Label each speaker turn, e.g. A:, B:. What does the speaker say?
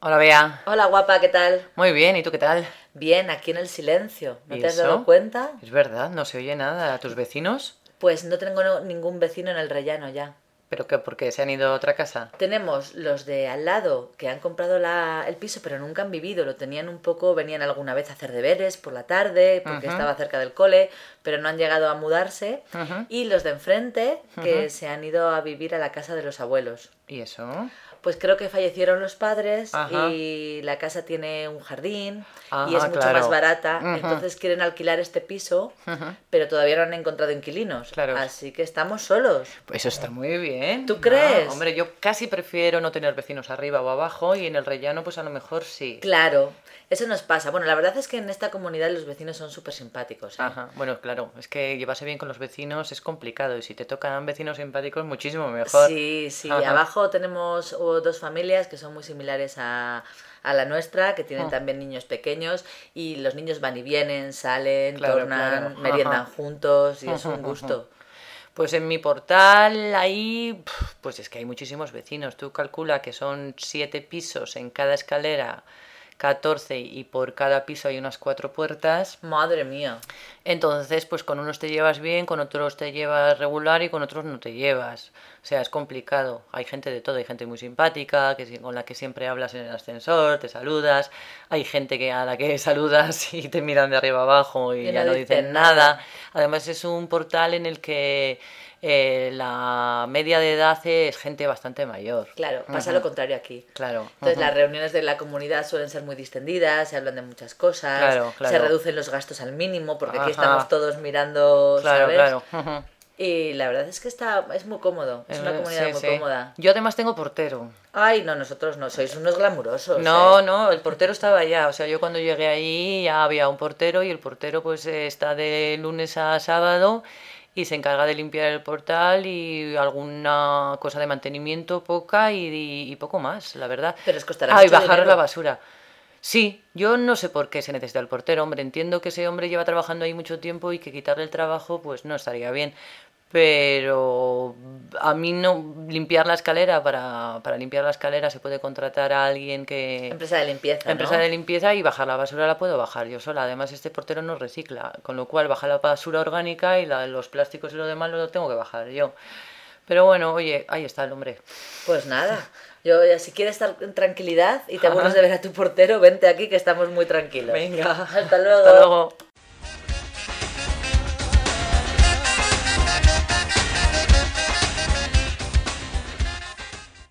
A: Hola, Bea.
B: Hola guapa, ¿qué tal?
A: Muy bien, ¿y tú qué tal?
B: Bien, aquí en el silencio. ¿No
A: ¿Y
B: te has
A: eso?
B: dado cuenta?
A: Es verdad, no se oye nada a tus vecinos,
B: Pues no tengo no- ningún vecino en el rellano ya.
A: pero que porque se han ido a otra casa.
B: Tenemos los de al lado que han comprado la- el piso pero nunca han vivido. Lo tenían un poco, venían alguna vez a hacer deberes por la tarde porque
A: Ujú.
B: estaba cerca del cole, pero no han llegado a mudarse.
A: Ujú.
B: Y los de enfrente que
A: Ujú.
B: se han ido a vivir a la casa de los abuelos.
A: ¿Y eso?
B: Pues creo que fallecieron los padres
A: Ajá.
B: y la casa tiene un jardín
A: Ah,
B: y es mucho
A: claro.
B: más barata.
A: Ujú.
B: Entonces quieren alquilar este piso,
A: Ujú.
B: pero todavía no han encontrado inquilinos.
A: Claro.
B: Así que estamos solos.
A: Pues eso está muy bien.
B: ¿Tú
A: No,
B: crees?
A: hombre, yo casi prefiero no tener vecinos arriba o abajo y en el rellano pues a lo mejor sí.
B: Claro, eso nos pasa. Bueno, la verdad es que en esta comunidad los vecinos son súper simpáticos. ¿eh?
A: Ajá. Bueno, claro, es que llevarse bien con los vecinos es complicado y si te tocan vecinos simpáticos muchísimo mejor.
B: Sí, sí.
A: Ajá.
B: Abajo tenemos oh, dos familias que son muy similares a, a la nuestra, que tienen
A: Ah.
B: también niños pequeños y los niños van y vienen, salen,
A: Claro,
B: tornan,
A: claro. Ajá.
B: meriendan juntos y es
A: Ajá,
B: un
A: ajá.
B: gusto.
A: Pues en mi portal ahí, pf, pues es que hay muchísimos vecinos. Tú calcula que son siete pisos en cada escalera, 14 y por cada piso hay unas cuatro puertas.
B: Madre mía.
A: Entonces, pues con unos te llevas bien, con otros te llevas regular y con otros no te llevas. O sea, es complicado. Hay gente de todo, hay gente muy simpática, que si- con la que siempre hablas en el ascensor, te saludas. Hay gente que a la que saludas y te miran de arriba abajo y,
B: Y
A: ya
B: no
A: no
B: dicen
A: dicen nada. Además, es un portal en el que eh, la media de edad es gente bastante mayor.
B: Claro, pasa lo contrario aquí.
A: Claro.
B: Entonces
A: ujú.
B: las reuniones de la comunidad suelen ser muy distendidas, se hablan de muchas cosas,
A: Claro, claro.
B: se reducen los gastos al mínimo, porque aquí
A: Ajá.
B: estamos todos mirando,
A: Claro,
B: ¿sabes?
A: claro. ujú.
B: Y la verdad es que está, es muy cómodo, es una
A: Eh,
B: comunidad
A: sí,
B: muy
A: sí.
B: cómoda.
A: Yo además tengo portero.
B: Ay, no, nosotros no, sois unos glamurosos.
A: No,
B: ¿eh?
A: no, el portero estaba ya. O sea, yo cuando llegué ahí ya había un portero y el portero pues eh, está de lunes a sábado y se encarga de limpiar el portal y alguna cosa de mantenimiento poca y, y- y poco más, la verdad.
B: Pero os costará
A: Ah, y
B: mucho
A: bajar
B: este dinero.
A: la basura. Sí, yo no sé por qué se necesita el portero, hombre. Entiendo que ese hombre lleva trabajando ahí mucho tiempo y que quitarle el trabajo pues no estaría bien. Pero a mí no limpiar la escalera, para, para limpiar la escalera se puede contratar a alguien que...
B: Empresa de limpieza.
A: La empresa
B: ¿no?
A: de limpieza y bajar la basura la puedo bajar yo sola. Además, este portero no recicla, con lo cual baja la basura orgánica y la- los plásticos y lo demás lo tengo que bajar yo. Pero bueno, oye, ahí está el hombre.
B: Pues nada, yo ya, si quieres estar en tranquilidad y te
A: Ajá.
B: aburres de ver a tu portero, vente aquí que estamos muy tranquilos.
A: Venga,
B: Hasta luego.
A: Hasta luego.